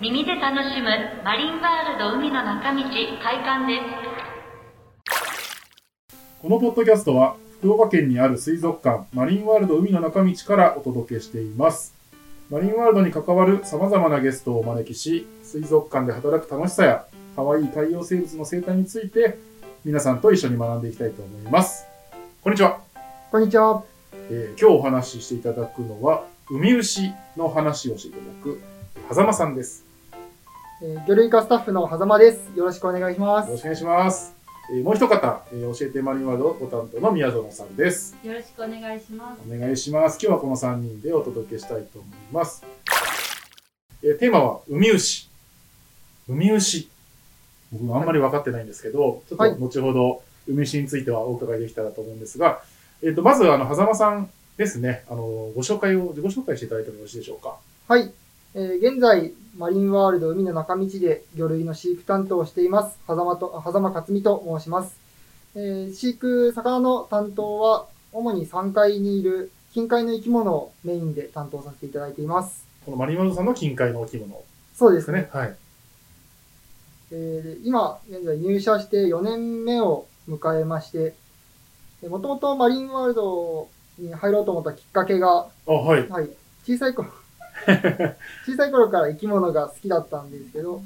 耳で楽しむマリンワールド海の中道開館ですこのポッドキャストは福岡県にある水族館マリンワールド海の中道からお届けしていますマリンワールドに関わる様々なゲストをお招きし水族館で働く楽しさや可愛い海洋生物の生態について皆さんと一緒に学んでいきたいと思いますこんにちは、こんにちは。えー今日お話ししていただくのはウミウシの話をしていただく狭間さんですえー魚類課スタッフの狭間です。よろしくお願いしまよろしくす。お願いします。えーもう一方、えー教えてマリンワールドご担当の宮園さんです。よろしくお願いしますお願いします。今日はこの3人でお届けしたいと思います。えーテーマは、ウミウシ。ウミウシ。僕あんまり分かってないんですけど、ちょっとはい後ほど、ウミウシについてはお伺いできたらと思うんですが、えっ、と、まず、あの、狭間さんですね、あの、ご紹介を、自己紹介していただいてもよろしいでしょうか。はい。えー現在、マリンワールド海の中道で魚類の飼育担当をしています。狭間と、あ狭間克美と申します。えー飼育、魚の担当は、主に3階にいる近海の生き物をメインで担当させていただいています。このマリンワールドさんの近海の置物そうでですすね。ね。はい。えー今、現在入社して4年目を迎えまして、もともとマリンワールドに入ろうと思ったきっかけが、あ、はい。はい。小さ い頃、小さい頃から生き物が好きだったんですけど、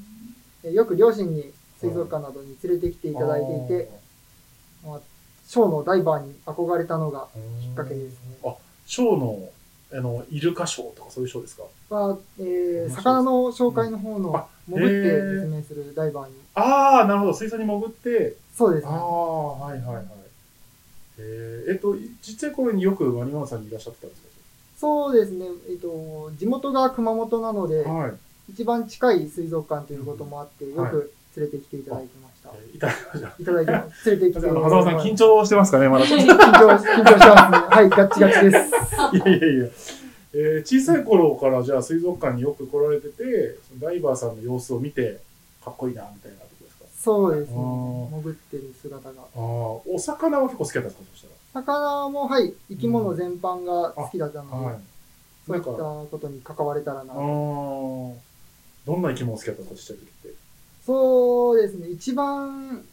えよく両親に水族館などに連れてきていただいていて、まあ、ショーのダイバーに憧れたのがあー、きっかけですね。ショーの、あの、イルカショーとかそういうショーですかまあ、え面白いー魚の紹介の方うんあの潜って説明するダイバーに、ああ、なるほど。水槽に潜って。そうですあね。あ、はいはいはい。えー、えっと、ちっちゃい頃によくワニママさんにいらっしゃってたんですそうですね。えっ、と、地元が熊本なのでか、はい。一番近い水族館ということもあって、よはいく連れてきていただいてました。えーいただきました。いただいてま、連れてきあて。の、狭間さん緊張してますかねまだ。いやい緊張し、緊張してますね。はい、ガッチガチです。やいや。 えー、小さい頃からじゃあ水族館によく来られてて、そのダイバーさんの様子を見て、かっこいいな、みたいなとこですかそうですあね。ー潜ってる姿が。ああ、お魚は結構好きだったんですかそした魚も、はい、生き物全般が好きだったので、ら。はい。そういなっんたか、ことに関われたらあなあ。ー、どんな生き物好きだったんですかちっちゃい時って。そうですね。一番、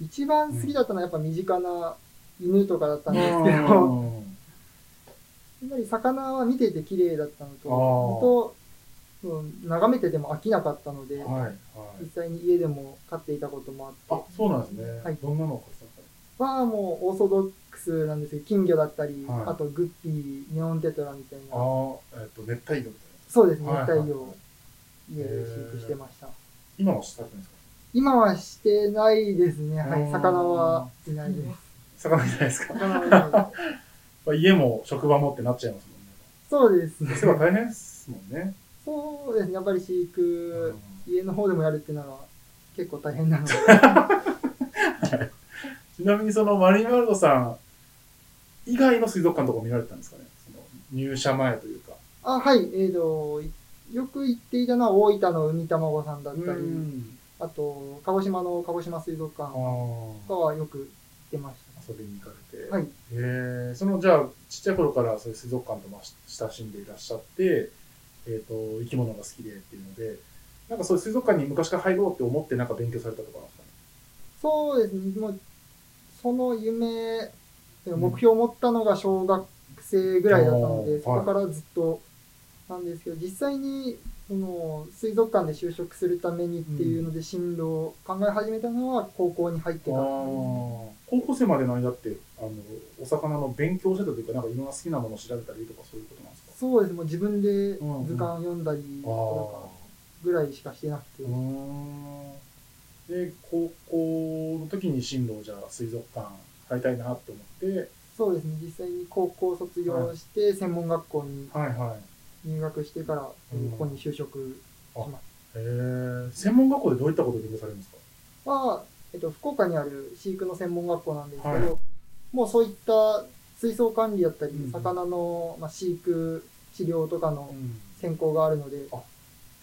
一番好きだったのはやっぱ身近な犬とかだったんですけど、やっうんぱり魚は見ていて綺麗だったのと、あー本当、うん眺めてても飽きなかったので、はい、はい。実際に家でも飼っていたこともああって、、そうなんですね。はいどんなのを買ってたんですかはもうオーソドックスなんですけど、金魚だったり、はいあとグッピー、ネオンテトラみたいな、ああ、えっと、熱帯魚みたいな。そうですね、はい熱帯魚をい家で飼育してました。今はしたくないですか今はしてないですね。はうんい、魚はいないです。魚じゃないですか。魚はいないです。まあ家も職場もってなっちゃいますもんね。そうですね。お世話大変ですもんね。そうですね、やっぱり飼う育ん、家の方でもやるっていうのは結構大変なので、ちなみにそのマリンワールドさん以外の水族館とか見られてたんですかねその入社前というか。あ、はい、えーと、よく行っていたのは大分の海卵さんだったり、あと、鹿児島の鹿児島水族あ館とあ。かはよく行ってました。遊びに行かれて。はいへえそのじゃあ、ちっちゃい頃からそういう水族館とまあ親しんでいらっしゃって、えっ、と、生き物が好きでっていうので、なんかそういう水族館に昔から入ろうって思ってなんか勉強されたとかなんですかねそうですね、もう、その夢、目標を持ったのが小学生ぐらいだったので、うんそこからずっとなんですけど、実際に、その、水族館で就職するためにっていうので、進路を考え始めたのは、高校に入ってあかーら。高校生までの間って、あの、お魚の勉強してたというか、なんかいろんな好きなものを調べたりとかそういうことなんですかそうですね、もう自分で図うんうん鑑読んだりあとかぐらいしかしてなくて、ーうーん。で、高校の時に進路をじゃあ水族館入りたいなって思って、そうですね、実際に高校を卒業して、専門学校にはいはい。入学してから、うんここに就職へえ専門学校でどういったことを勉強されるんですかは、えっと、福岡にある飼育の専門学校なんですけど、はいもうそういった水槽管理だったり、うん魚の、まあ、飼育、治療とかのうん専攻があるので、へ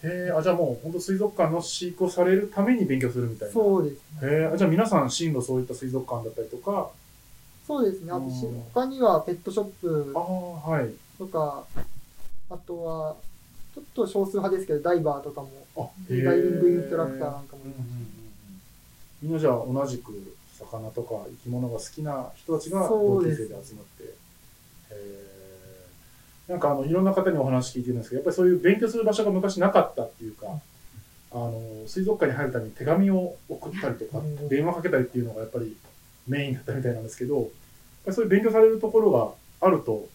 えあ、じゃあもう本当水族館の飼育をされるために勉強するみたいな。そうですね。へえあじゃあ皆さん進路そういった水族館だったりとか、そうですね。あとしうん、他にはペットショップああ、はい。とか、あとは、ちょっと少数派ですけど、ダイバーとかも、あ、ダイビングインストラクターなんかもういんうんうまんすうんみんなじゃあ同じく魚とか生き物が好きな人たちがそ同う級で生すで集まって。へーなんかあのいろんな方にお話聞いてるんですけど、やっぱりそういう勉強する場所が昔なかったっていうか、あの水族館に入るために手紙を送ったりとかうん、電話かけたりっていうのがやっぱりメインだったみたいなんですけど、やっぱりそういう勉強されるところがあると、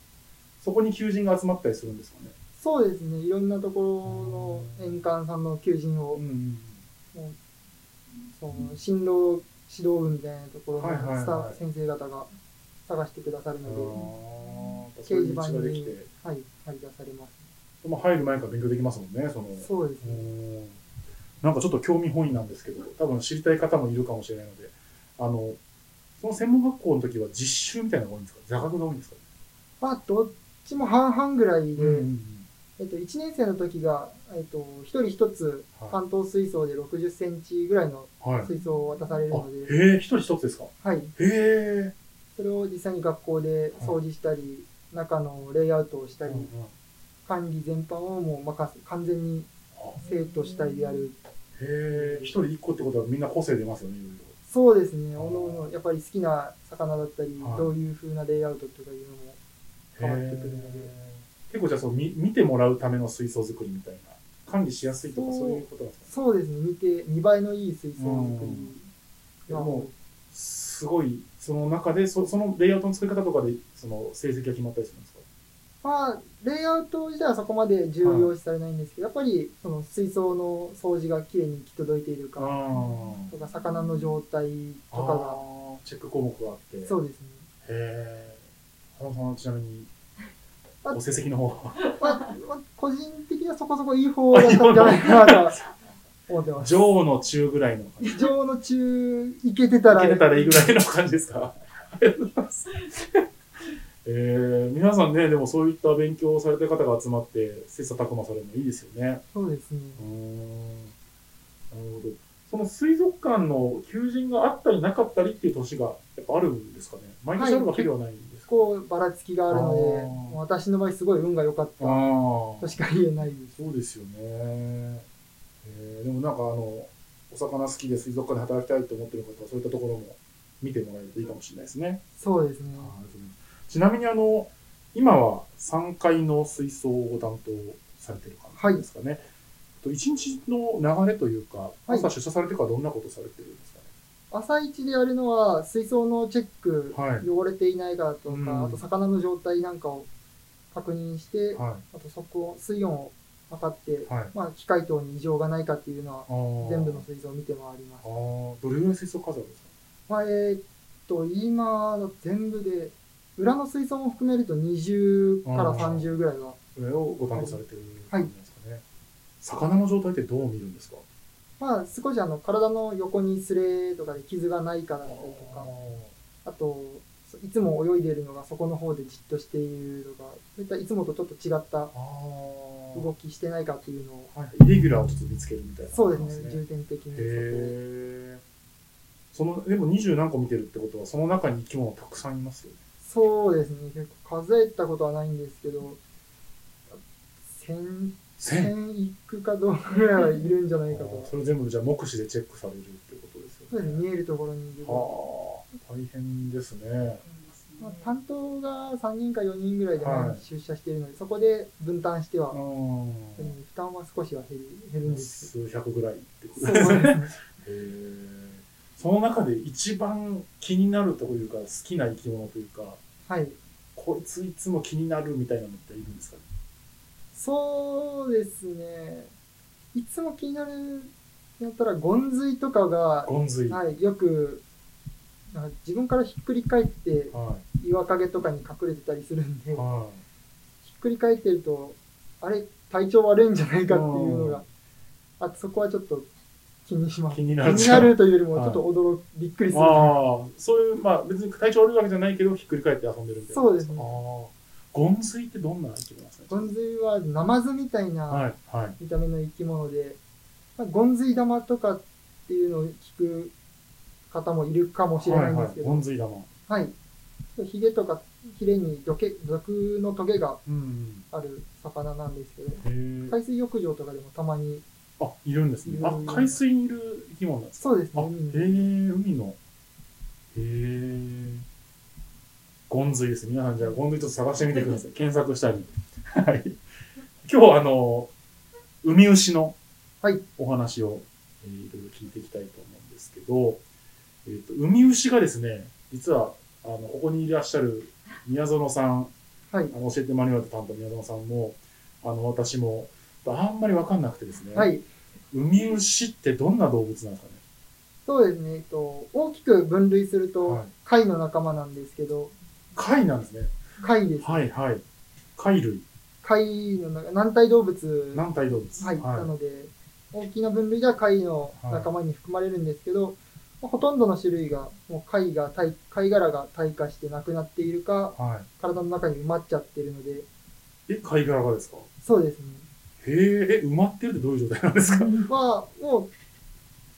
そこに求人が集まったりするんですかね。そうですね、いろんなところの園官さんの求人を、その進路指導部みたいなところのはいはいはいスタッフ先生方が探してくださるあのーで、そう掲いう示道板ができにて、、はい、貼り出されます。まあ、入る前から勉強できますもんね、その。そうですうね。んなんかちょっと興味本位なんですけど、多分知りたい方もいるかもしれないので、あの、その専門学校の時は実習みたいなのが多いんですか座学が多いんですか、まあ、どっちも半々ぐらいで、ん、えっと、1年生の時が、えっと、1人1つはい関東水槽で60センチぐらいのはい。水槽を渡されるあので、へえ、一人一つですかはい、へえ。それを実際に学校で掃除したり、中のレイアウトをしたり、管理全般をもう任せ、完全に生徒主体でやる。へえ、一人一個ってことはみんな個性出ますよね、いろいろ。そうですね、おのおの、やっぱり好きな魚だったり、はいどういう風なレイアウトとかいうのも、変わってくるのでへー結構じゃあそうみ見てもらうための水槽作りみたいな管理しやすいとかそうそういうことなんですかそうですね、見て、見栄えのいい水槽作うんりが、もうすごいその中でそそのレイアウトの作り方とかでその成績が決まったりするんですかまあ、レイアウト自体はそこまで重要視されないんですけど、やっぱりその水槽の掃除がきれいに行き届いているあかとか、魚の状態とーかが、あーチェック項目があってそううですね。へえ花さんはちなみにあお成績の方は まあ、まあ個人的にはそこそこいい方だったんじゃないかなと思って ます。上の中ぐらいの感じ上の中、いけてたら、いけてたらいいぐらいの感じです かありがとうございます。えー、皆さんね、でもそういった勉強をされてる方が集まって、切磋琢磨されるのいいですよね。そうですね。うーん。なるほど。その水族館の求人があったりなかったりっていう年がやっぱあるんですかね。毎年あるわけではないんですか、こう、ばらつきがあるので、あーもう私の場合すごい運が良かっあたーとしか言えないです。そうですよね。えーでもなんかあの、お魚好きで水族館で働きたいと思ってる方はそういったところも見てもらえるといいかもしれないですね。そうですね。ありがとうございますちなみにあの、今は3階の水槽を担当されてる感じですかね。と一日の流れというか、はい朝出社されてからどんなことされてるんですかね。朝一でやるのは、水槽のチェック、はい汚れていないかとか、うんあと魚の状態なんかを確認して、はい。あとそこ、水温を測って、はい。まあ、機械等に異常がないかっていうのは、あー全部の水槽を見て回りますあ。ーどれぐらい水槽数あるんですかまあ、えーっと、今、全部で、裏の水槽も含めると20から30ぐらいは、それをご担当されてる感じですかね。魚の状態ってどう見るんですかまあ、少しあの、体の横にスレとかで傷がないかだあったーりとか、あと、いつも泳いでいるのがそこの方でじっとしているとか、そういったいつもとちょっと違ったあー動きしてないかっていうのを、はいイレギュラーをちょっと見つけるみたいなそう感でじなんすね、重点的にそへこえ。その、でも二十何個見てるってことは、その中に生き物たくさんいますよね。そうですね、結構数えたことはないんですけど、1000、千。 1000いくかどうかぐらいはいるんじゃないかと。それ全部じゃあ目視でチェックされるってことですそうよですね、ね。見えるところにいる。はあ、大変ですね。まあ、担当が3人か4人ぐらいで毎はい日出社しているので、そこで分担しては、うん。うん負担は少しは減る減るんです数百ぐらいってこけとど。でそうですね。すね。へえ。その中で一番気になるというか、好きな生き物というか、はい。こいついつも気になるみたいなのっているんですかね。そうですね。いつも気になるやったら、ゴンズイとかが、ゴンズイ。はい。はい、よく、なんか自分からひっくり返って、は岩陰とかに隠れてたりするんで、い。ひっくり返ってると、あれ、体調悪いんじゃないかっていうのうが、あそこはちょっと気にしま気す。気になる。になるというよりも、ちょっと驚、びっくりする。ああ、そういう、まあ別に体調悪いわけじゃないけど、ひっくり返って遊んでるみたいな。そうですあねあ。ゴンズイってどんな生き物なんですかゴンズイはナマズみたいなはい、はい。見た目の生き物で、まあ、ゴンズイ玉とかっていうのを聞く方もいるかもしれないんですけど、ゴはいンズイ玉。ヒゲとかヒレにどけ毒のトゲがうん。ある魚なんですけど、へえ。海水浴場とかでもたまに、あ、いるんですね。あう、ん海水にいる生き物なんですかそうですあ、ね、へえ海に、海の。へえ。ゴンズイです。皆さんじゃあゴンズイちょっと探してみてください。検索したり。はい。今日はあの、海牛のはいお話を、えーいろいろ聞いていきたいと思うんですけど、えっ、と、海牛がですね、実は、あの、ここにいらっしゃる宮園さん、はいあの、教えてマニュアル担当宮園さんも、あの、私も、あんまりわかんなくてですね、はい、海牛ってどんな動物なんですかねそうですね、えっと、大きく分類するはいと、貝の仲間なんですけど、貝なんですね。貝です。はいはい。貝類。貝の中、軟体動物、軟体動物。はい、なはので、大きな分類では貝の仲間に含まれるんですけど、まあほとんどの種類が、もう貝が体、貝殻が退化してなくなっているか、い。は体の中に埋まっちゃってるので、い。え、貝殻がですかそうですね。へえ、え、埋まってるってどういう状態なんですかまあ、もう、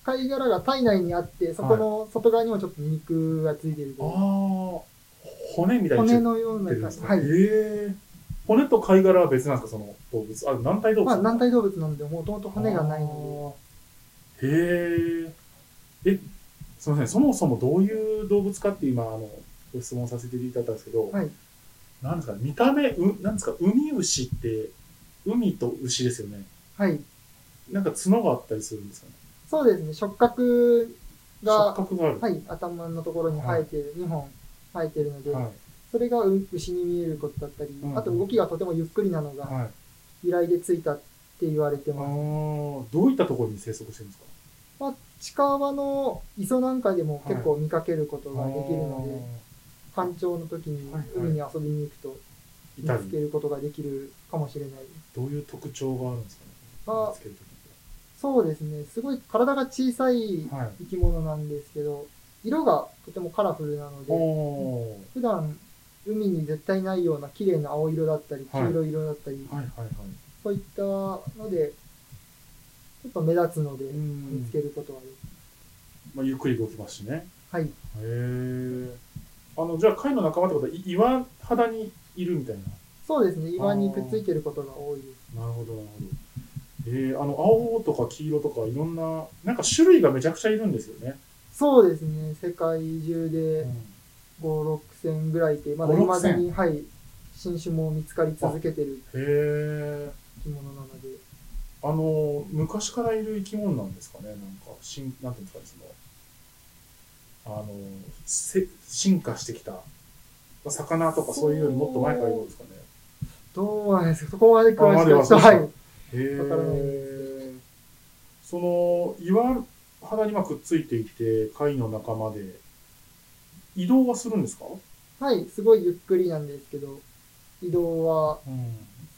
貝殻が体内にあって、そこの外側にもちょっと肉がついてるあという、ー、骨みたいについ骨てのようなるん感でじ。すはかい。へえ。骨と貝殻は別なんですかその動物。あ、軟体動物。まあ、軟体動物なので、もともと骨がないのあー。へえ。え、すみません。そもそもどういう動物かって今、あの、ご質問させていただいたんですけど、はいなんですか、見た目、う、なんですか、海牛って、海と牛ですよね。で、はい。なんか角があったりするんですかね。そうですね、触覚触が、覚がある。はい、頭のところに生えてる、2本生えてるので、はい。それがう牛に見えることだったりう、んあと動きがとてもゆっくりなのが、はい。由来でついたって言われてあます。ーどういったところに生息してるんですかまあ、近場の磯なんかでも結構見かけることができるので、干潮の時にはいはい海に遊びに行くとあーい見たつけり、ることができるかもしれないです。どういう特徴があるんですかね。あ見つけるときそうですね。すごい体が小さいに。はい。生き物なんですけど、色がとてもカラフルなので、おー。普段海に絶対ないような綺麗な青色だったり、はい黄色い色だったり、はいはいはい。そういったので、ちょっと目立つのでう見んつけ。ることはある。まあ、ゆっくり動きますしね。はい。へえ。あの、じゃあ、貝の仲間ってことは、い岩肌にいるみたいな。そうですね。岩にくっついてることが多いです。なるほど、なるほど。えー、あの、青とか黄色とか、いろんな、なんか種類がめちゃくちゃいるんですよね。そうですね。世界中で5、6千ぐらいって、まだ5 6未だに、はい、新種も見つかり続けてるへえ。生き物なので、あの、昔からいる生き物なんですかね。なんか、しんなんていうんですかね、その、あの、せ進化してきた、まあ魚とかそういうよりもっと前からいるんですかね。どうなんですかそこまで詳しくはちょあっと、まはだいわ。へわからないでえ。その、岩肌にまあくっついていて、貝の仲間で、移動はするんですかはい、すごいゆっくりなんですけど、移動はうん。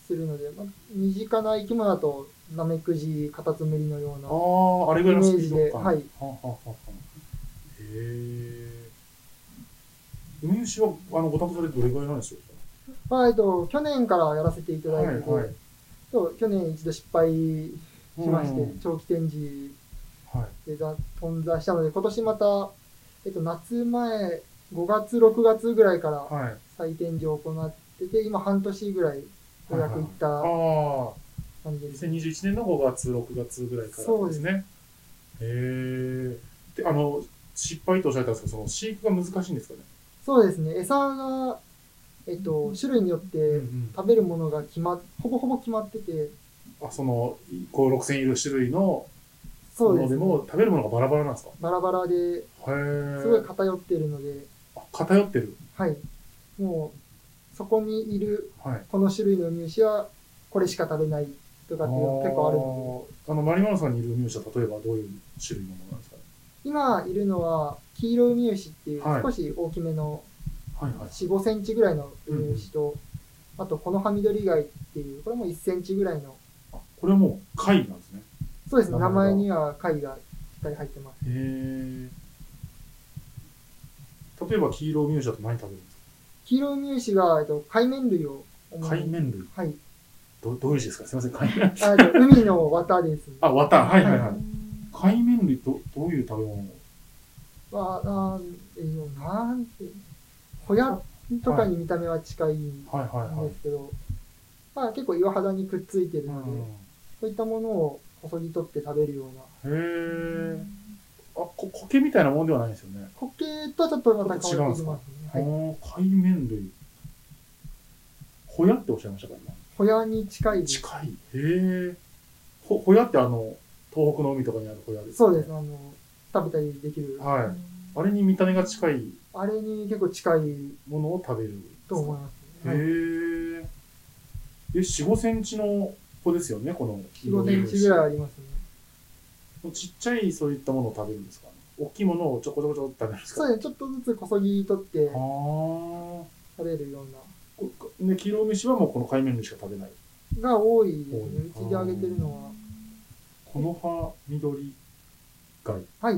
するので、まあ、身近な生き物だと、ナメクジ、カタツムリのような、ああ、あれぐらいのスピードイメージで感。はいはあはあはあはあへえ。海牛は、あの、ご担当されてどれぐらいなんでしょうかまあ、えっと、去年からやらせていただいてて、はいはいと去年一度失敗しまして、うん長期展示はい。でざ頓挫したので、今年また、えっと、夏前、5月、6月ぐらいからはい。再展示を行ってて、今半年ぐらいようやく行ったああ、感じです。 2021年の5月、6月ぐらいからそうでですすね。へえ。で、あの、失敗とおっしゃったんですけど、その飼育が難しいんですかね。そうですね、餌が、えっと、種類によってうん食べるものが決まっ、ほぼほぼ決まってて、うんあ、その、こう、6000いる種類のそもうでのすでね、も、食べるものがバラバラなんですかバラバラで、へえ。すごい偏ってるので、あ偏ってる。はい。もう、そこにいるはい。この種類の乳牛はこれしか食べないとかっていうのが結構あるのあーあの、マリマナさんにいる入社、例えばどういう種類のものなんですかね。で、今いるのは黄色ウミウシっていうはい少し大きめのはいはい。 4、5センチぐらいのウミウシと、あとこのハミドリガイっていう、これも1センチぐらいの、あこれはもう貝なんですね。そうですね、な名るほど前には貝がしっかり入ってます。へえ。例えば黄色入社と何食べるんです黄色ウミウシが、えっと、海綿類を主かに海綿類。はい。どどういう字ですかすいません、海綿。あえっと海の綿ですね。 あ、綿。はいはいは。はい海綿類ど、どういう食べ物は、なん、えーなんて、ホヤ、とかに見た目は近いんではいはいはい。すけど、まあ結構岩肌にくっついてるうので、ん、そういったものを細ぎ取って食べるような。へえ。あ、こ、苔みたいなもんではないんですよね。コケとはちょっとまた変わってきますね。はい。おー海面類。ホヤっておっしゃいましたか、今。ホヤに近いです。近い。へえ。ほ、ホヤってあの、東北の海とかにあるホヤです、そうです。。あの、食べたりできる。はい。あれに見た目が近いあれに結構近いものを食べる。と思います、へね。はい。え。え、4、5センチの子ですよね、この。 4、5センチぐらいありますね。ちっちゃいそういったものを食べるんですか、大きいものをちょこちょこちょこ食べるんですかそうですね。ちょっとずつこそぎ取ってあー食べるようこで、キロ飯はもうこの海面類しか食べない。な、が多いですね。う多いちであげてるのは。この葉、緑、貝、はい。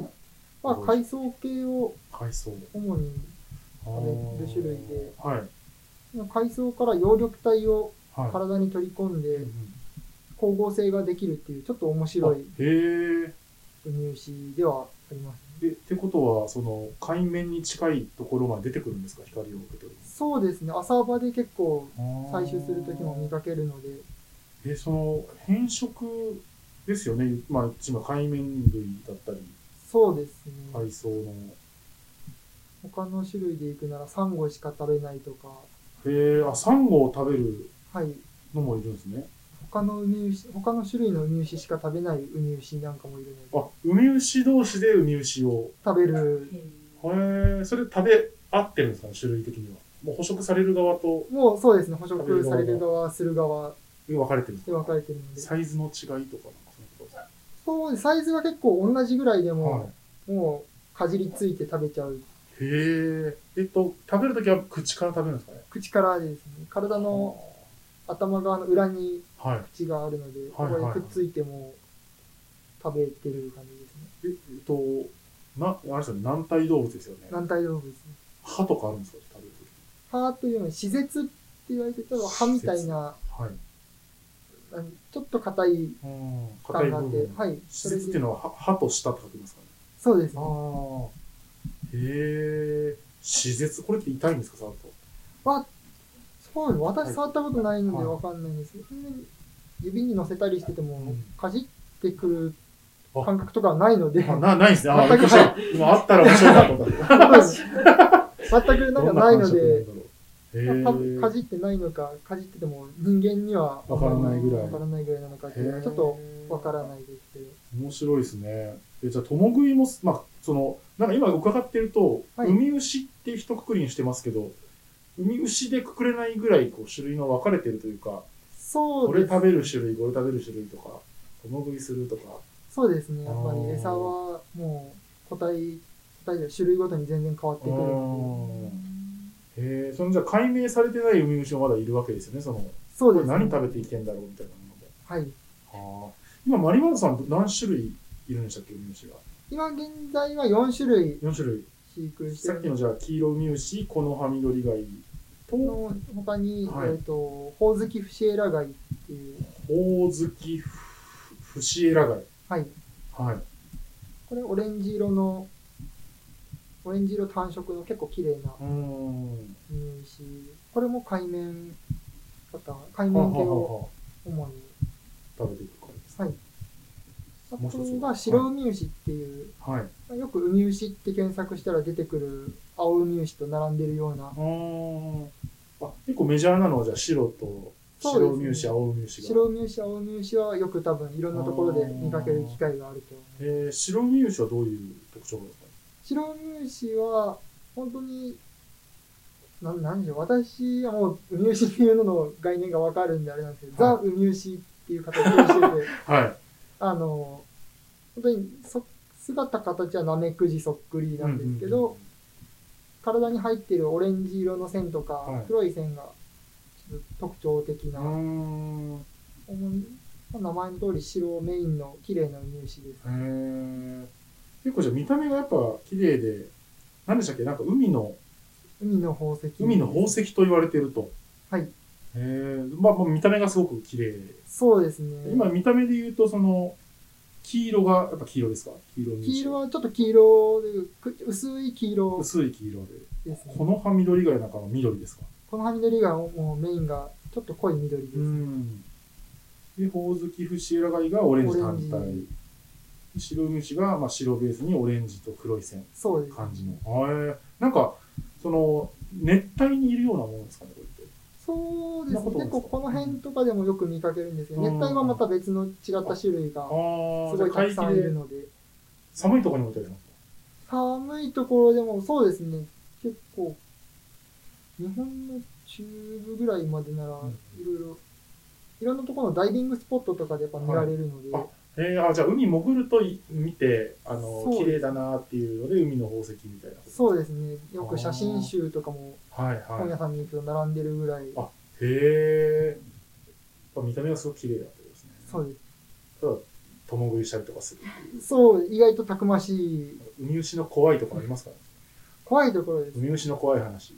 まあ、海藻系を海藻。主に、あ食べーる種類で。はい。海藻から葉緑体をは体に取り込んい。で、光合成ができるっていう、ちょっと面白いへえ。入試ではありますえ、ね。ってことは、その、海面に近いところまで出てくるんですか光を受け取る。そうですね。浅場で結構採集するときも見磨かけるので、え、その、変色ですよね。まあ、今、海面類だったり、そうですね。海藻の。他の種類でいくならサンゴしか食べないとか、へえ、あ、サンゴを食べるはい。のもいるんですね。他のウミウシ、他の種類のウミウシしか食べないウミウシなんかもいるので、あ、ウミウシ同士でウミウシを。食べる、へえ、それ食べ合ってるんですかね、種類的には。もう捕食される側ともうそうですね、捕食される側、する側分かれてるんですでか分かれてるので、サイズの違いとかなんかそういうことですかそうですサイズが結構同じぐらいではも、もうかじりついて食べちゃい。う。へえ。えっと、食べるときは口から食べるんですかね口からですね、体の頭側の裏にはい。口があるので、はいはいはいここにくっついても食べてる感じですえ、ね。えっと、な、あれですよね、軟体動物ですよね。軟体動物ですね。歯とかあるんですか食べると歯というのは、歯舌って言われて、たら歯みたいな、き。はい。あのちょっと硬いうん。硬感いがあ部って分、。はい。施それ設っていでうのは、は歯と舌と書きますかね。そうですあね。あ。へえ。施設、これって痛いんですか触ると。は、そうですは私い触ったことないのはいでわかんないんですけど、指に乗せたりしててうもん、かじってくある感覚とかはないので、 あ、な、ないですね。あ、び全っくくりした。今あったら面白いなと思った。全くなんかないので、多分へかじってないのか、かじってても人間にはわからないぐらいわからないぐらいなのかっていうのえ。は、ちょっとわからないですけど、面白いですね。えじゃあ、共食いもす、まあ、その、なんか今伺ってると、はいウミウシっていう一括りにしてますけど、ウミウシでくくれないぐらい、こう、種類が分かれてるというか、そこうれです食べる種類、これ食べる種類とか、共食いするとか。そうですね、やっぱあーり餌はもう個体、個体で種類ごとに全然変わってくるのへえ、そのじゃあ解明されてないウミウシもまだいるわけですよね、その、で、そこうでれす、何食べていけんだろうみたいなので。はい。ああ。今、マリマンさん何種類いるんでしたっけ、ウミウシが。今現在は4種類4種類。飼育してさっるきのじゃあ、黄色ウミウシ、コノハミドリガイと、の他に、はいえっ、と、ホオズキフシエラガイっていう、ホオズキフフシエラガイ。はい。はい。これオレンジ色の、オレンジ色単色の結構綺麗なうーん。入試。これも海面型、海はは面系をはは主に。食べていく感じです。はい。あ面白そうとが白ウミウシっていう、はい。あよくウミウシって検索したら出てくる青ウミウシと並んでるような、ーあ、結構メジャーなのはじゃあ白と、そ白うですウねミウシ、青ウミウシが。白ウミウシ、青ウミウシはよく多分いろんなところで見かける機会があると思う。えー、白ウミウシはどういう特徴があるんですか白乳牛は、本当に、なん、なんでしょう。私はもう、乳牛っていうのの概念がわかるんであれなんですけど、はいザ・乳牛っていう形をして て、はい。あの、本当にそ、姿形はナメクジそっくりなんですけど、うんうん体に入ってるオレンジ色の線とか、はい黒い線がちょっと特徴的な、うん、う主にまあ名前の通り白メインの綺麗な乳牛です。ーん。へえ。結構じゃあ見た目がやっぱ綺麗で、何でしたっけなんか海の、海の宝石。海の宝石と言われてると。はいへえ。まあ、まあ見た目がすごく綺麗そうですね。今見た目で言うとその黄色が、やっぱ黄色ですか黄色に。黄色はちょっと黄色で、く薄い黄色薄い黄色で。ですね。この葉緑がなんか緑ですかこのハミドリがもうメインがちょっと濃い緑です。ん。で、ほおずきフシエラ貝がオレンジ単オレ体。白虫が、まあ、白ベースにオレンジと黒い線、そうです。感じの。へえなんか、その、熱帯にいるようなものですかね、これって。そうですなね。ことです結構この辺とかでもよく見かけるんですよ。うん熱帯はまた別の違った種類があすごいたくあ、さんいるので。寒いところに置いてありますか寒いところでもそうですね。結構、日本の中部ぐらいまでならん、いろいろ、いろんなところのダイビングスポットとかでやっぱ見られるので、はいえー、あ、じゃあ海潜るとい見て、あのそ、う綺麗だなっていうので、海の宝石みたいな。そうですね。よく写真集とかもはい本は屋さんに行くと並んでるぐらい、あい。へえ。やっぱ見た目がすごく綺麗だったですね。そうでただ、共食いしたりとかする。す。そう、意外とたくましい、海牛の怖いとかありますかね怖いところです。海牛の怖い話。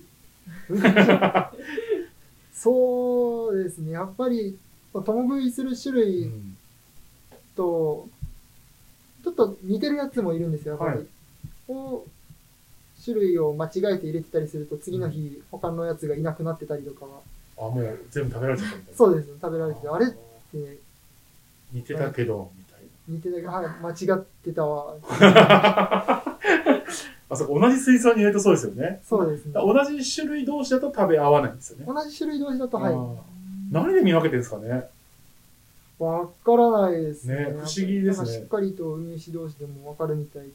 そうですね。やっぱり、共食いする種う類ん。と、ちょっと似てるやつもいるんですよ、やっぱり。はいを種類を間違えて入れてたりすると、次の日、他のやつがいなくなってたりとかは、あ、もう全部食べられちゃったみたいな。う。そうですね、食べられてて、あれって似てたけど、みたいな。似てた、はい、間違ってたわ。 あそこ同じ水槽に入れるとそうですよね。そ うですね。同じ種類同士だと食べ合わないんですよね。同じ種類同士だと、はいあ。ー何で見分けてるんですかねわからないですね。ね不思議ですねなんかしっかりと運指同士でもわかるみたいで。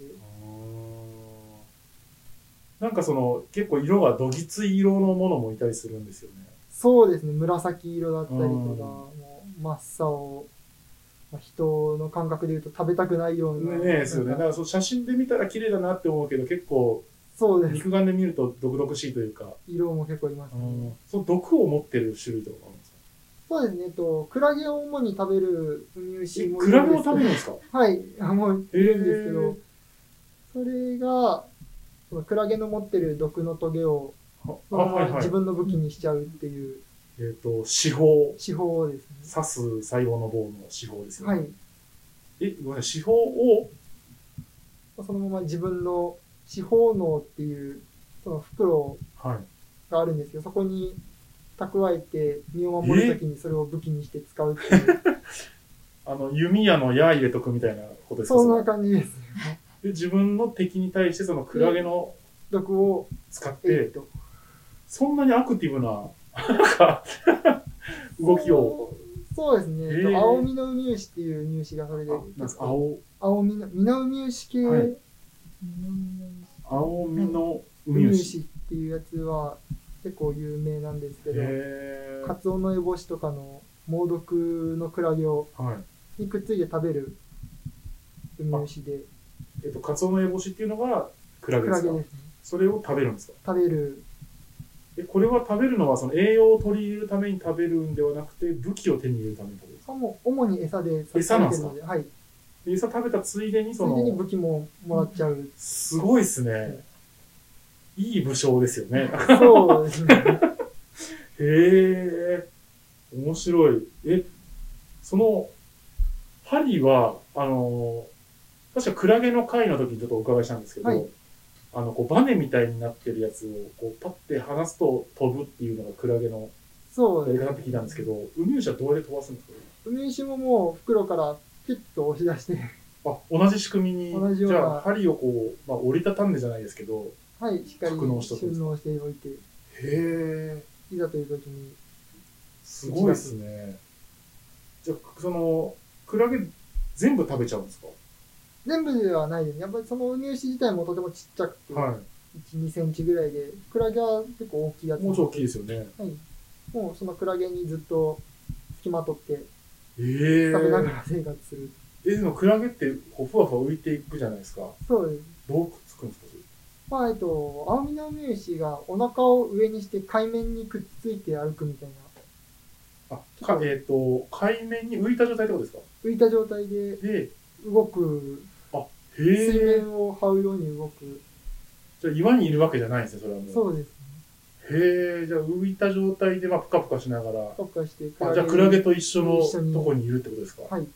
なんかその、結構色がどぎつい色のものもいたりするんですよね。そうですね、紫色だったりとうか、んもう真っ青。まあ人の感覚で言うと食べたくないような。ねえ、ですよね。だかなんからそう写真で見たら綺麗だなって思うけど、結構そうです。肉眼で見ると毒々しいというか、色も結構いますうね。ん、その毒を持ってる種類とかもあるんですかそうですね、えっと、クラゲを主に食べる乳牛え、もクラゲを食べるるんですかはい、あもうえいるんですけど、それが、そのクラゲの持ってる毒のトゲを、そあ、のまはまいはい自。分の武器にしちゃうっていうえっ、と、四方。手法ですね。刺す細胞の棒の四方ですよね。はい。え、ごめんなさい、四方を、そのまま自分の四方脳っていう、その袋はい。があるんですけど、そこに蓄えて身を守るときにそれを武器にして使うっていう、あの、弓矢の矢入れとくみたいなことですかそんそれな感じです。で自分の敵に対してそのクラゲの毒を、使っえてっ、と、そんなにアクティブな、なん か、動きを。そう。そうですね。えっえとー青みのウミウシっていう乳牛がそれであ、なんですか青、青みの、ミナウミウシ系、はいウ青みの海ミウ牛。シっていうやつは結構有名なんですけど、へカツオノエボシとかの猛毒のクラゲをーはい。にくっついて食べるウミウシで、えっと、カツオのエボシっていうのがクラクゲでラすゲかですね。それを食べるんですか食べる、え、これは食べるのはその栄養を取り入れるために食べるんではなくて、武器を手に入れるために食べるんですかかも主に餌で餌なんですかので、はい。で餌食べたついでにつそいでにの、武器ももらっちゃ う。すごいですね。いい武将ですよね。そうですね。へえ、面白い。え、その、針は、あのー確かクラゲの回の時にちょっとお伺いしたんですけど、はいあの、こう、バネみたいになってるやつを、こう、パッて離すと飛ぶっていうのがクラゲのそやうり です方って聞いたんですけど、ウミウシはどうやって飛ばすんですかウミウシももう袋からピュッと押し出して、あ、同じ仕組みに、同じようじなゃあ、針をこう、まあ、折りたたんでじゃないですけど、はい、しっかり格納しとくんです収納しておいて、へえ、いざという時に、すごいですね。じゃあ、その、クラゲ全部食べちゃうんですか全部ではないですね。やっぱりそのウミウシ自体もとてもちっちゃくて、は1、2センチぐらいで、クラゲは結構大きいやつ。い。もうちょっと大きいですよね。はい。もうそのクラゲにずっと付きまとってええ食べながら生活する。え、でもクラゲってこうふわふわ浮いていくじゃないですか。そうです。どうくっつくんですかそれまあ、えっと、青みのウミウシがお腹を上にして海面にくっついて歩くみたいな、あ、かえっ、と、海面に浮いた状態ってことですか浮いた状態でで、動く、へ水え。面を這うように動く。じゃあ岩にいるわけじゃないんですね、それはもう。そうですね。へえ、じゃあ浮いた状態で、まあ、ぷかぷかしながら。特化してあじゃあクラゲと一緒一緒のにとこにいるってことですかはい。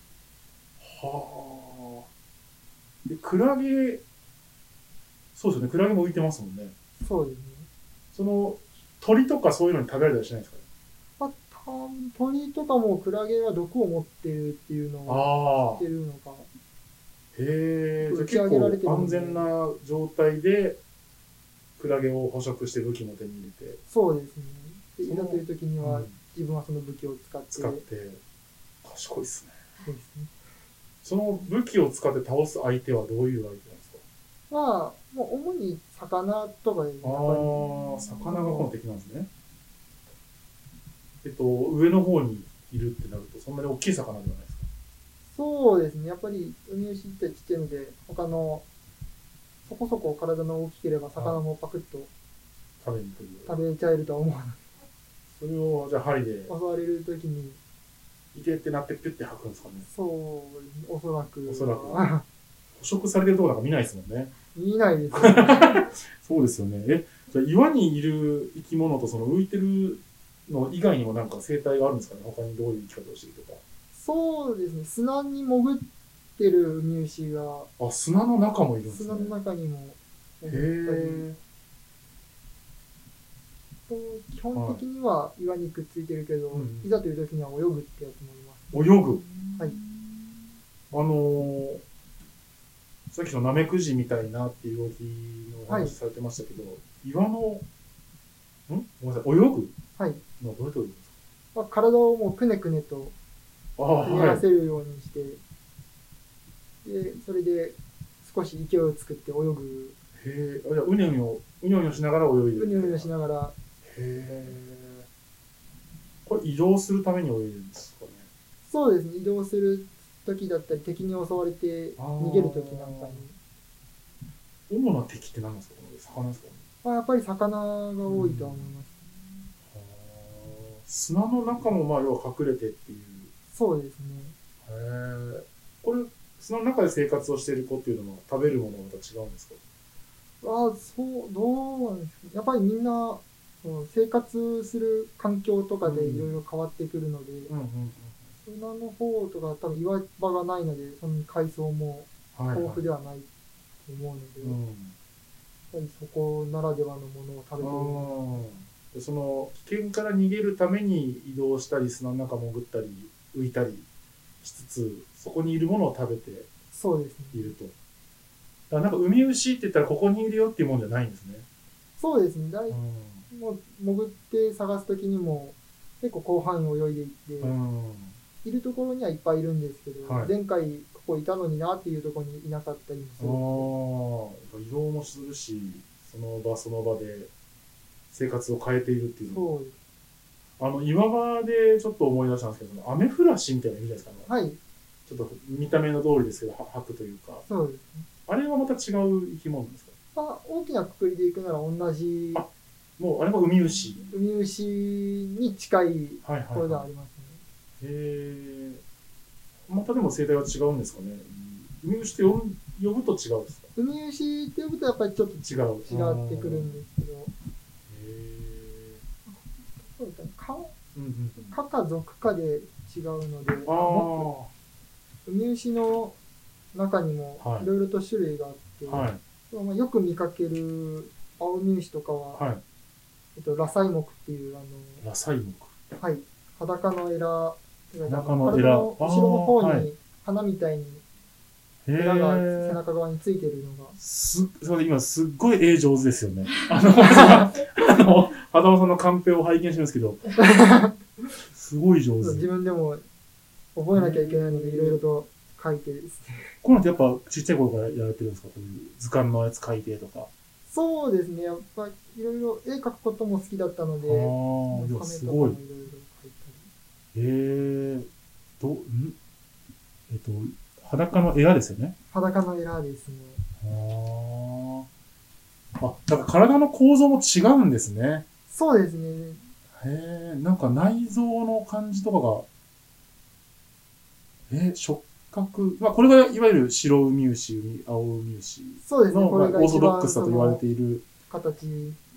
はで、クラゲ、そうですよね、クラゲも浮いてますもんね。そうですね。その、鳥とかそういうのに食べられたりしないんですかまあ、た鳥とかもクラゲは毒を持ってるっていうのをあ知ってるのか。へえ、打ちじゃあ上げられ結てる構もん安ね全な状態で、クラゲを捕食して武器も手に入れて、そうですね。でそいのざという時にはうん自分はその武器を使って、使って、賢いっすね。そうですね。その武器を使って倒す相手はどういう相手なんですかまあ、もう主に魚とかで、ああ、魚がこの敵なんですね。えっと、上の方にいるってなると、そんなに大きい魚ではないですかそうですね。やっぱり、海牛ってちっちゃいので、他の、そこそこ体の大きければ魚もパクッと食べに来る。食べちゃえるとは 思わない。それを、じゃあ針で、襲われる時に、いてってなってピュッて吐くんですかね。そうですね、おそらく。おそらく捕食されてるとこなんか見ないですもんね。 見ないですね。そうですよね。え、じゃあ岩にいる生き物とその浮いてるの以外にもなんか生態があるんですかね他にどういう生き方をしてるとそうですね。砂に潜ってる海牛が、か。あ、砂の中もいるんですね。砂の中にも潜ったり、へえ。と基本的には岩にくっついてるけど、うんうんいざという時には泳ぐってやつもいます。泳ぐ。はい。あのーさっきのナメクジみたいなっていう動きのおはい話されてましたけど、岩の、んごめんなさい、泳ぐはい。のはどうやって泳ぐんですまあ、体をもうくねくねとかああ、くねはらい。せるようにして、で、それで少し勢いを作って泳ぐ、へえ、あじゃあうにょうにょ、うにょうにょしながら泳いでうる。にょうにょしなながら、へえ。これ移動するために泳いでるんですかね。そうですね、移動する時だったり、敵に襲われて逃げる時なんかに、主な敵って何ですかこの魚ですかまあ、やっぱり魚が多いとは思います。あー砂の中もまあ要は隠れてっていう。そうですね。へえ。これ、砂の中で生活をしている子っていうのは食べるものはまた違うんですかああ、そう、どうなんですかね。やっぱりみんな、その生活する環境とかでいろいろ変わってくるので、うんうん砂の方とか多分岩場がないので、その海藻もうん。はい、豊はい富。ではないと思うのうで、やっん。ぱりそこならではのものを食べでてるその危険から逃げるために移動したり砂の中潜ったり浮いたりしつつそこにいるものを食べてそうですいね。るとだからなんかウミウシって言ったらここにいるよっていうもんじゃないんですね、そうですね。だいうんもう潜って探すときにも、結構広範囲泳いでいって、うんいるところにはいっぱいいるんですけど、はい前回ここいたのになっていうところにいなかったりもあすあるの移動もするしその場その場で生活を変えているっていで、うのそうであの岩場でちょっと思い出したんですけどそのアメフラシみたいなのいるじゃないですす。か、はい、ちょっと見た目の通りですけどは吐くというかそうです。あれはまた違う生き物なんですかまあ、大きなくくりでいくなら同じあもうあれもウミウシ。ウミウシに近いはいところではありますね。い。へえ。またでも生態は違うんですかね。ウミウシって呼ん呼ぶと違うんですかウミウシって呼ぶとやっぱりちょっと違う。。違ってくるんですすけど、へえ。そうですね、カうんうんうん。カか属かで違うので、あもっとウミウシの中にもはいいろいろと種類があって、あ。はい。まあよく見かける青ウミウシとかは、はえっと、ラサイモクっていう、あい。ラサイモク。の、はい、裸のエラ、裸のエラ体の後ろのあ方ーはに花みたいにへエラが背え。中側についてるのが、す、すみません、今すっごい絵上手ですよね。あの、 あの、風間さんのカンペを拝見してるんですけど、すごい上手。自分でも覚えなきゃいけないので、いろいろと書いてですね。こういうのってやっぱちっちゃい頃からやられてるんですかこういう図鑑のやつ書いてとか。そうですね、やっぱいろいろ絵描くことも好きだったので、ああ、い亀とや、かもすいごろいいろ。描いええど、んえっと、裸のエアですよね。たり。裸のエラですね。ああ。あ、だから体の構造も違うんですね。そうですね、へえ、なんか内臓の感じとかが、えー、触覚。まあ、これがいわゆる白ウミウシ、ウミ青ウミウシそうですね、の、こまあれがオーソ一ドッ番クスだそと言われのている、形、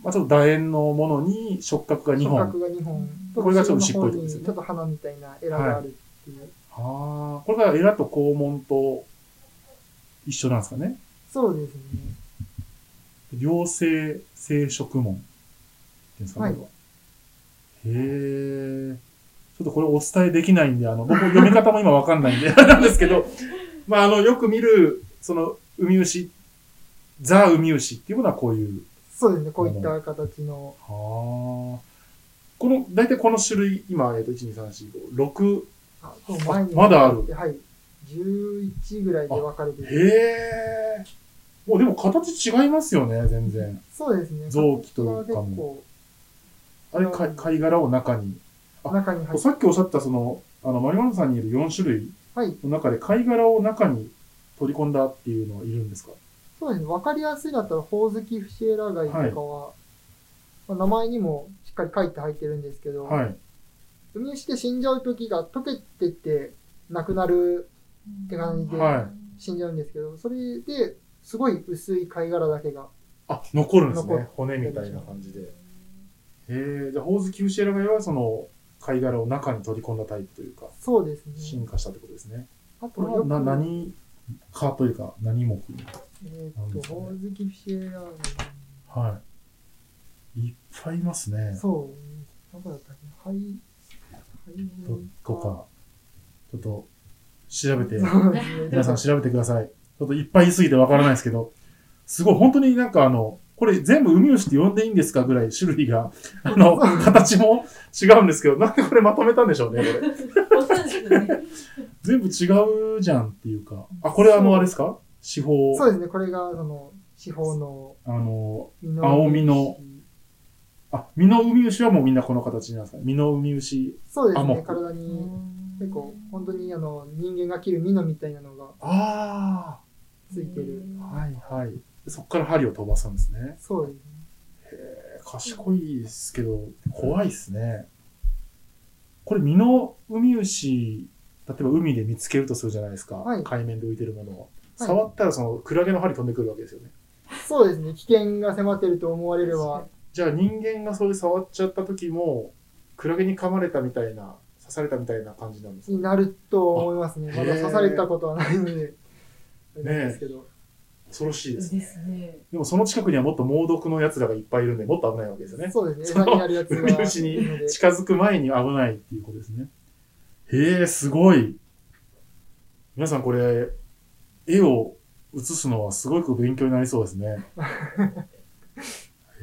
まあ、ちょっと楕円のものに触覚が2触本。覚が2本、これがちょっと後ろの尻尾方ってことですよにねちょっと花みたいなエラがあるっていう。ああ、これがエラと肛門と一緒なんですかね。そうですね。両性生殖門っていうんですかね。はいこれはへえ。ちょっとこれお伝えできないんで、あの、僕読み方も今わかんないんで、 あれなんですけど、まあ、あの、よく見る、その、ウミウシ、ザウミウシっていうものはこういう。そうですね。こういった形の、ああ。この、だいたいこの種類、今、えっと、1、2、3、4、5、6、あそう前に。まだある。はい。11ぐらいで分かれてる。へえ。もうでも形違いますよね、全然。そうですね。臓器というかも形は結構あれ、貝貝殻を中に。あ中に入って、さっきおっしゃった、その、あの、マリマルさんにいる4種類はい。の中で貝殻を中に取り込んだっていうのはいるんですかそうですね。分かりやすいだったら、ホオズキフシエラ貝とかは、まあ名前にもしっかり書いて入ってるんですけど、はい。ウミウシって死んじゃう時が溶けてってなくなる、って感じでは死んじゃうんですけど、それで、すごい薄い貝殻だけが、あ、残るんです残ねる。骨みたいな感じで。へえ、じゃあ、ホオズキウシエラガイはその、貝殻を中に取り込んだタイプというか、そうですね進。化したってことですね。あとこれはよく、な、何かというか、何目えなんーっですと、かねホオズキフシエラ貝。はい。いっぱいいますね。そう。なんかだったっけ肺、肺どこか、ちょっと、調べて、そうですね皆さん調べてください。ちょっといっぱい言いすぎてわからないですけど、すごい、本当になんかあの、これ全部ウミウシって呼んでいいんですかぐらい種類 が、あの、形も違うんですけど、なんでこれまとめたんでしょうね、これ。全部違うじゃんっていうか。あ、これあその、うあれですか四方。そうですね。これが、その、四方のあの、身の青身の。あ、ミノウミウシはもうみんなこの形なんですかミノウミウシ。そうですあもねう。体に、結構、本当に、あの、人間が切るミノみたいなのがあついてる。あ。はいはい。そこから針を飛ばすんですね。そうですね。賢いですけど、怖いですね。これ、ミノウミウシ、例えば海で見つけるとするじゃないですか。はい海面で浮いてるものを。はい触ったらそのクラゲの針飛んでくるわけですよね。そうですね。危険が迫ってると思われれば、じゃあ人間がそれ触っちゃった時も、クラゲに噛まれたみたいな、刺されたみたいな感じなんですかになると思いますね。あまだ刺されたことはないので、あれなんですけど。恐ろしいですでね。すね。でもその近くにはもっと猛毒の奴らがいっぱいいるんで、もっと危ないわけですよね。そうですそね。の餌になるやつがいるのウミウで。シに 近づく前に危ないっていうことですね。へえ、すごい。皆さんこれ、絵を写すのはすごく勉強になりそうです ね。へ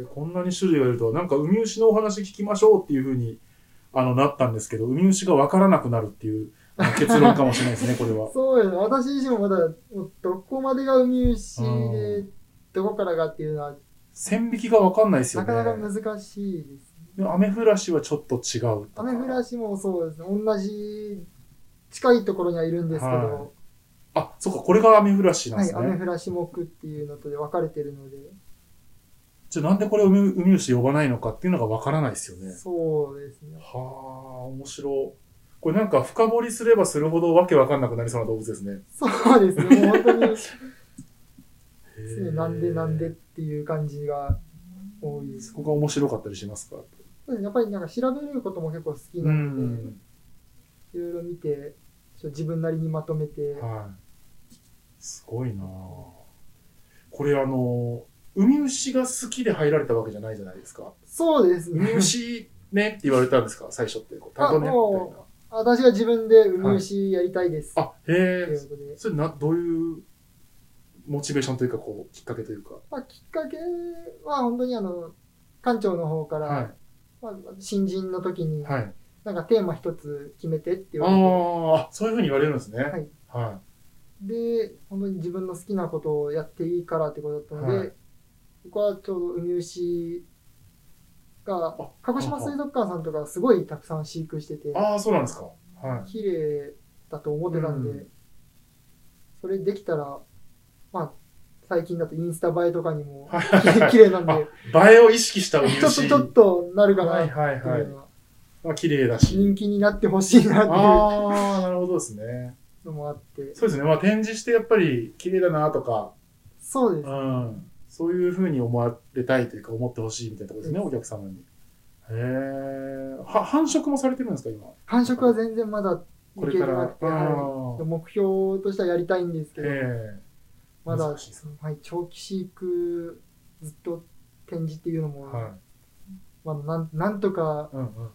え、こんなに種類がいるとは、なんかウミウシのお話聞きましょうっていうふうにあのなったんですけど、ウミウシがわからなくなるっていうあの結論かもしれない ですね、これは。そうですね。私自身もまだ、どこまでがウミウシうで、どこからがっていうのは、線引きがわかんないですよなね。かなか難しいですね。でもアメフラシはちょっと違う。アメフラシもそうですね。同じ、近いところにはいるんですけはど、あ、そっか、これがアメフラシなんはでい、すね。アメフラシ目っていうのとで分かれてるので、じゃあなんでこれをウミウミウシ呼ばないのかっていうのがわからないですよね。そうですね。はあ、面白い。これなんか深掘りすればするほどわけわかんなくなりそうな動物ですね。そうですね。もう本当に、へ常えになんでなんでっていう感じが多いですそ。こが面白かったりしますかやっぱりなんか調べることも結構好きうなので、ん。いろいろ見て、ちょっと自分なりにまとめて、はい。すごいなあこれあの、ウミウシが好きで入られたわけじゃないじゃないですか。そうですウミねウ。シねって言われたん ですか最初って。こう担当ねあみもうたいな。私が自分でウミウシやりたいです。あ、へといえう。ことで。それな、どういうモチベーションというか、こう、きっかけというか。まあ、きっかけは本当にあの、館長の方から、はまあ、新人の時い。に、はい。なんかテーマ一つ決めてって言われて、ああ、そういうふうに言われるんですね。いはで、本当に自分の好きなことをやっていいからってことだったので、はい僕はちょうどウミウシがあ、鹿児島水族館さんとかすごいたくさん飼育しててい。、ああ、そうなんですか。はい。綺麗だと思ってたんで、うんそれできたら、まあ、最近だとインスタ映えとかにもは 綺麗なんで、い。映えを意識したウミちょウっとシ。ちょっとなるかなはっいてはいいはういのは、まあ。綺麗だし。人気になってほしいなってああ、なるほどですね。いうのもあって、そうですね。まあ展示してやっぱり綺麗だなとか、そうですう。ん。そういうふうに思われたいというか、思ってほしいみたいなところですね、うんお客様に。へえ。は、繁殖もされてるんですか、今。繁殖は全然まだこれからいけるなってはい目標としてはやりたいんですけど、えまだ、難しいですはい、長期飼育ずっと展示っていうのえも、はまあ、なんなんとかい。うんうんうん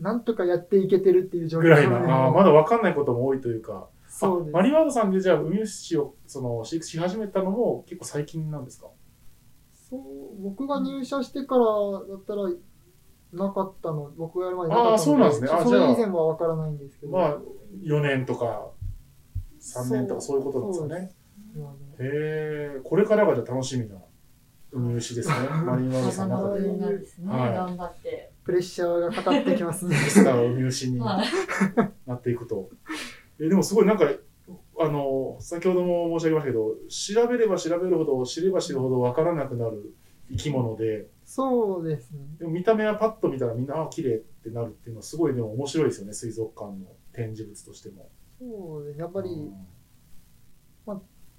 なんとかやっていけてるっていうう状ん。況ぐらいな。あーまだだわかんないことも多いというか。そうあでマすリワードさんでじゃあ、海牛を、その、飼育し始めたのも結構最近なんですかそう僕が入社してからだったらなかったの僕がやる前にあかーったそうなんですねあそじれ以ゃあ前は分からないんですけど、まあ、4年とか、3年とかそういうことなんですよそうね。今ねへえ、これからがじゃあ楽しみな海牛ですね。マリンワールドさんの中ので。運なんですね、はい頑張って。プレッシャーがかかってきますね ミスター海牛にまなあ、っていくと。えでもすごいなんか、あの、先ほども申し上げましたけど、調べれば調べるほど、知れば知るほど分からなくなる生き物で、そうですねでも見た目はパッと見たらみんな、あ、綺麗ってなるっていうのはすごいでも面白いですよね、水族館の展示物としても。そうですねやっぱうりん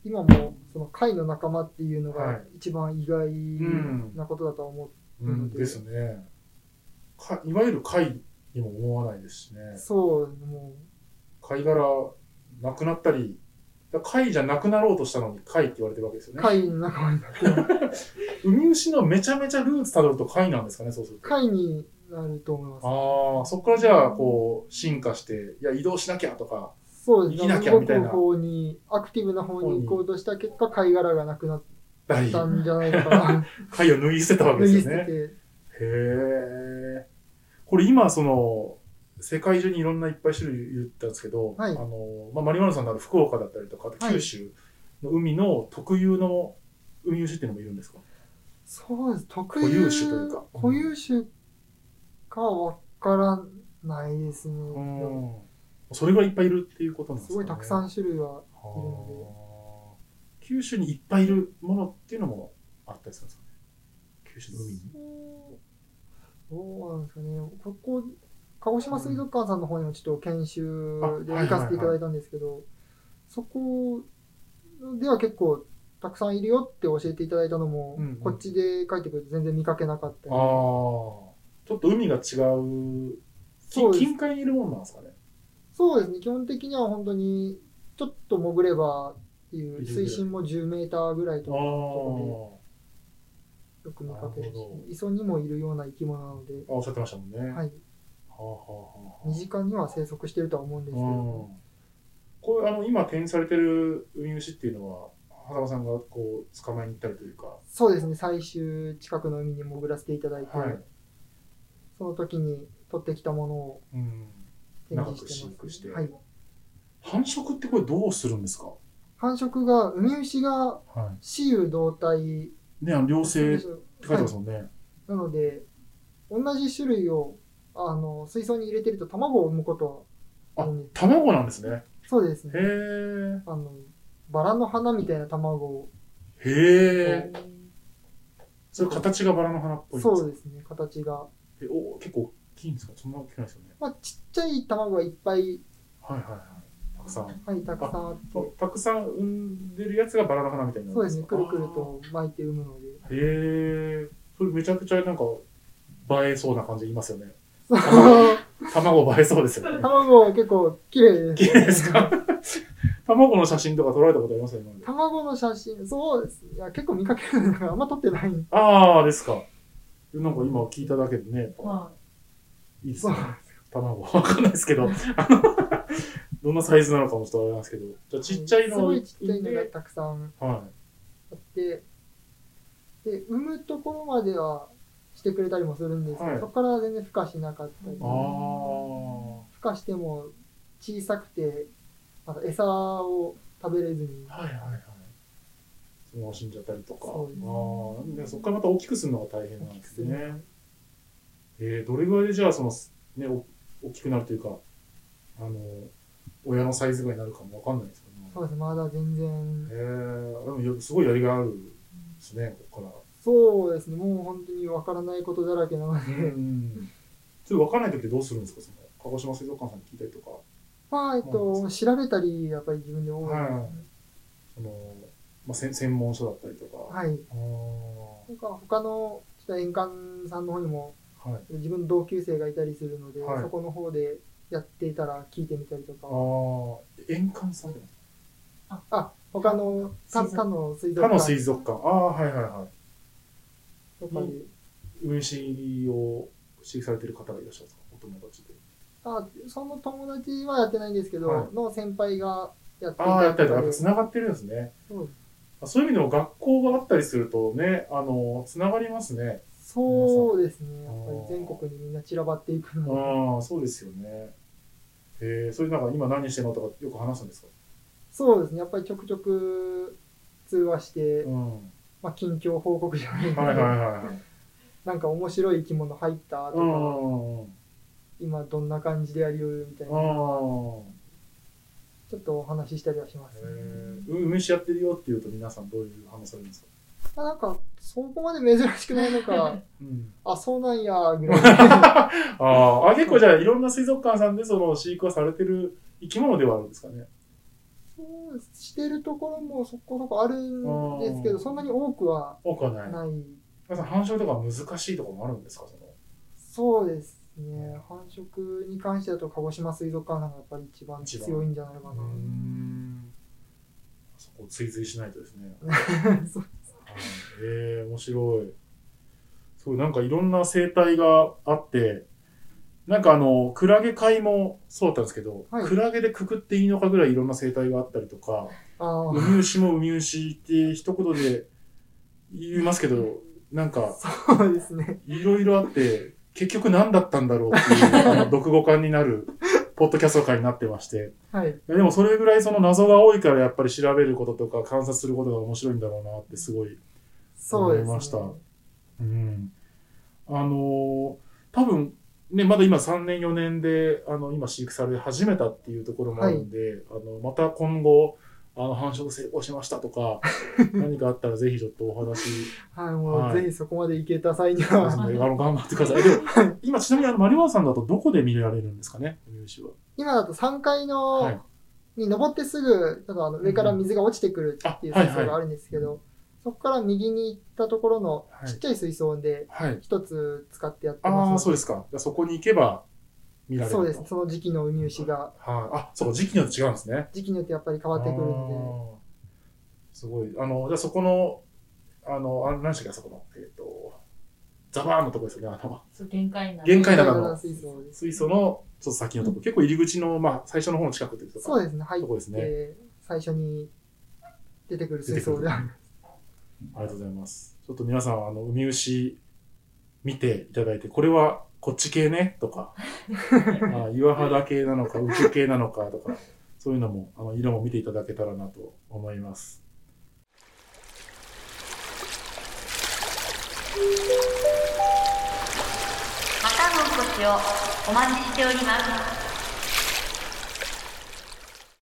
今もその貝の仲間っていうのはがい一番意外んなことだとは思う、うん、ですね。かいわゆる貝にも思わないですしね。そうも貝殻なくなったり、だから貝じゃなくなろうとしたのに貝って言われてるわけですようね。貝の仲間にウミウシのめちゃめちゃルーツたどると貝なんですかね、そうすると。貝になると思いますああ、そこからじゃあ、こう、進化して、いや、移動しなきゃとか、そうです生きなねきゃ動みたいくな方にアクティブな方に行こうとした結果貝殻がなくなっだりたんじゃないかな貝を脱ぎ捨てたわけですよね。てへえ。これ今、その、世界中にいろんないっぱい種類言ったんですけど、はいあの、まあ、マリマルさんなら福岡だったりとか、あとはい九州の海の特有の海牛っていうのもいるんですか、そうです特固有種というか固有種かわからないですね、うん。それぐらいいっぱいいるっていうことなんですすか、ごね、いたくさはん種類あ。はいるの九州にいっぱいいるものっていうのもあったりするんですかね九州の海に。どうなんですかね、ここ、鹿児島水族館さんの方にもちょっと研修であはいはいはい行かせていただいたんですけど、そこでは結構たくさんいるよって教えていただいたのも、うんうんこっちで帰ってくると全然見かけなかったああ。りちょっと海が違う。そ近うです近海にいるものなんですかねそうですね、基本的には本当にちょっと潜ればっていう、水深も10メーターぐらいあとあかこ。よく見かけなるるしほど、磯にもいるような生き物なので、あおっしゃってましたもんね。ははい、あはあはあはあ身近には生息してるとは思うんですけど、うんこれあの今展示されてるウミウシっていうのは羽間さんがこう捕まえに行ったりというか、そうですね、最終近くの海に潜らせていただいて、はいその時に取ってきたものをうん、展示して長く飼育ます。してはい、繁殖ってこれどうするんですか、繁殖が、ウミウシがは雌雄同体。い、ねあの両生って書いてはますもんね。い、なので、同じ種類をあの水槽に入れてると卵を産むことあはあるんです。卵なんですね。そうですへね。え。あのバラの花みたいな卵を、へえ。それ形がバラの花っぽいんですかそうですね、形が。えお結構大きいんですかそんな大きくないですよね。まあ、ちっちゃい卵がいっぱい、はいはいはい。たくさん。はい、たくさんあって、たくさん産んでるやつがバラの花みたいになそるうんですね、かくるくると巻いて産むので。へえ、それめちゃくちゃなんか映えそうな感じいます よね。そう卵映えそうですよね。卵結構綺麗です。綺麗です か卵の写真とか撮られたことありますよ、今まで。卵の写真、そうです。いや、結構見かけるのがあんま撮ってない。ああ、ですか。なんか今聞いただけでね、まいいですね。卵。わかんないですけど。あの どんなサイズなのかもちょっとあれなんですけど。じゃあちっちゃいのすをごいいちっちゃいのがてたくさんはあって、で、産むところまではしてくれたりもするんですけど、はいそこから全然孵化しなかったり、い。ああ。孵化しても小さくて、なんか餌を食べれずに、はいはいはい。そのまま死んじゃったりとか。ああそうですー。でそこからまた大きくするのが大変なん大きでくすするね。えー、どれぐらいでじゃあ、その、ね、お大きくなるというか、あの、親のサイズぐらいになるかもわかんないですけどそうですね、まだ全ね。然。えー、でもよすごいやりがいあるですね、ここそうですね、もう本当にわからないことだらけなので、から。うん。ちょっとわかんないときどうするんですか、その、鹿児島水族館さんに聞いたりとか、まあ、えっそうと、調べたり、やっぱり自分で多いですねはいその、まあ、せん専門書だったりとか。い。はい。あーなんか他のちょっと沿岸さんの方にもはい。自分の同級生がいたりするので、はいそこの方でやっていたら聞いてみたりとあか、あ、円環さんだよねあ、他の、水他族他の水族他の館水族館。ああ、はいはいはとかで、い。運針を飼育されてる方がいらっしゃるんですかお友達で。あ、その友達はやってないんですけど、はいの先輩がやっていああ、やったりりとか、とかやっでぱ繋がってるんですね。そうあそういう意味でも学校があったりするとね、あの、繋がりますね。そうですね。やっぱあーり全国にみんな散らばっていくので、ああ、そうですよね。えー、それなんか今何してんのとかよく話すんですかそうですね。やっぱりちょくちょく通話して、うん。まあ、近況報告じゃないけどはいはいはいはい。なんか面白い生き物入ったとうか、ん。うん。今どんな感じでやりよるみたいな、ちょっとお話ししたりはします、えねー、運針やってるよって言うと皆さんどういう反応されるんですかまあ、なんか、そこまで珍しくないの か、うん。あ、そうなんや、ぐらいな。ああ、あ結構じゃあいろんな水族館さんでその飼育はされてる生き物ではあるんですかね。そうしてるところもそこそこあるんですけうど、んそんなに多くは多くはない。ない。皆さん繁殖とか難しいとかもあるんですかその。そうですね。繁殖に関してだと、鹿児島水族館さんがやっぱり一番一番強いんじゃないかうーんそこを追随しないとですね。な。そうはいえー、面白い。そう、なんかいろんな生態があって、なんかあの、クラゲ界もそうだったんですけど、はいクラゲでくくっていいのかぐらいいろんな生態があったりとか、あウあ、ミウシもウミウシって一言で言いますけど、なんか、そうですね。いろいろあって、結局何だったんだろうっていう、あの、独語感になる、ポッドキャスト会になってまして。はい。いやでもそれぐらいその謎が多いからやっぱり調べることとか観察することが面白いんだろうなってすごい。そうですね。思いましたうん。あのー多分、ね、まだ今3年4年で、あの、今飼育され始めたっていうところもあるんで、あの、また今後、あの、繁殖成功しましたとか、何かあったらぜひちょっとお話、はい、もう、はいぜひそこまで行けた際にあは、の、頑張ってください。でも、今ちなみにあの、マリワンさんだとどこで見られるんですかね、入試は。今だと3階の、はいに登ってすぐ、ちょっとあの上から水が落ちてくるっていううんあ水槽があるんですけど、そこから右に行ったところのはいちっちゃい水槽ではい。一つ使ってやってます、ああ、そうですか。じゃあそこに行けば見られると。そうです。その時期のウミウシが、はい。あ、そうか、時期によって違うんですね。時期によってやっぱり変わってくるんで、あーすごい。あの、じゃあそこの、あの、あ何でしたっけ、あそこの、えっ、と、ザバーンのとこですよね、あの、そう限界な限界だ中かのら水槽です。水素のちょっと先のとこ、結構入り口の、まあ、最初の方の近くっていうとかそうですね。入とこですっね。て、最初に出てくる水槽である。ありがとうございます。ちょっと皆さん、あの、ウミウシ見ていただいて、これはこっち系ねと か、あ岩肌系なのか、宇宙系なのかとか、そういうのも、あの、色も見ていただけたらなと思います。またのお越しをお待ちしております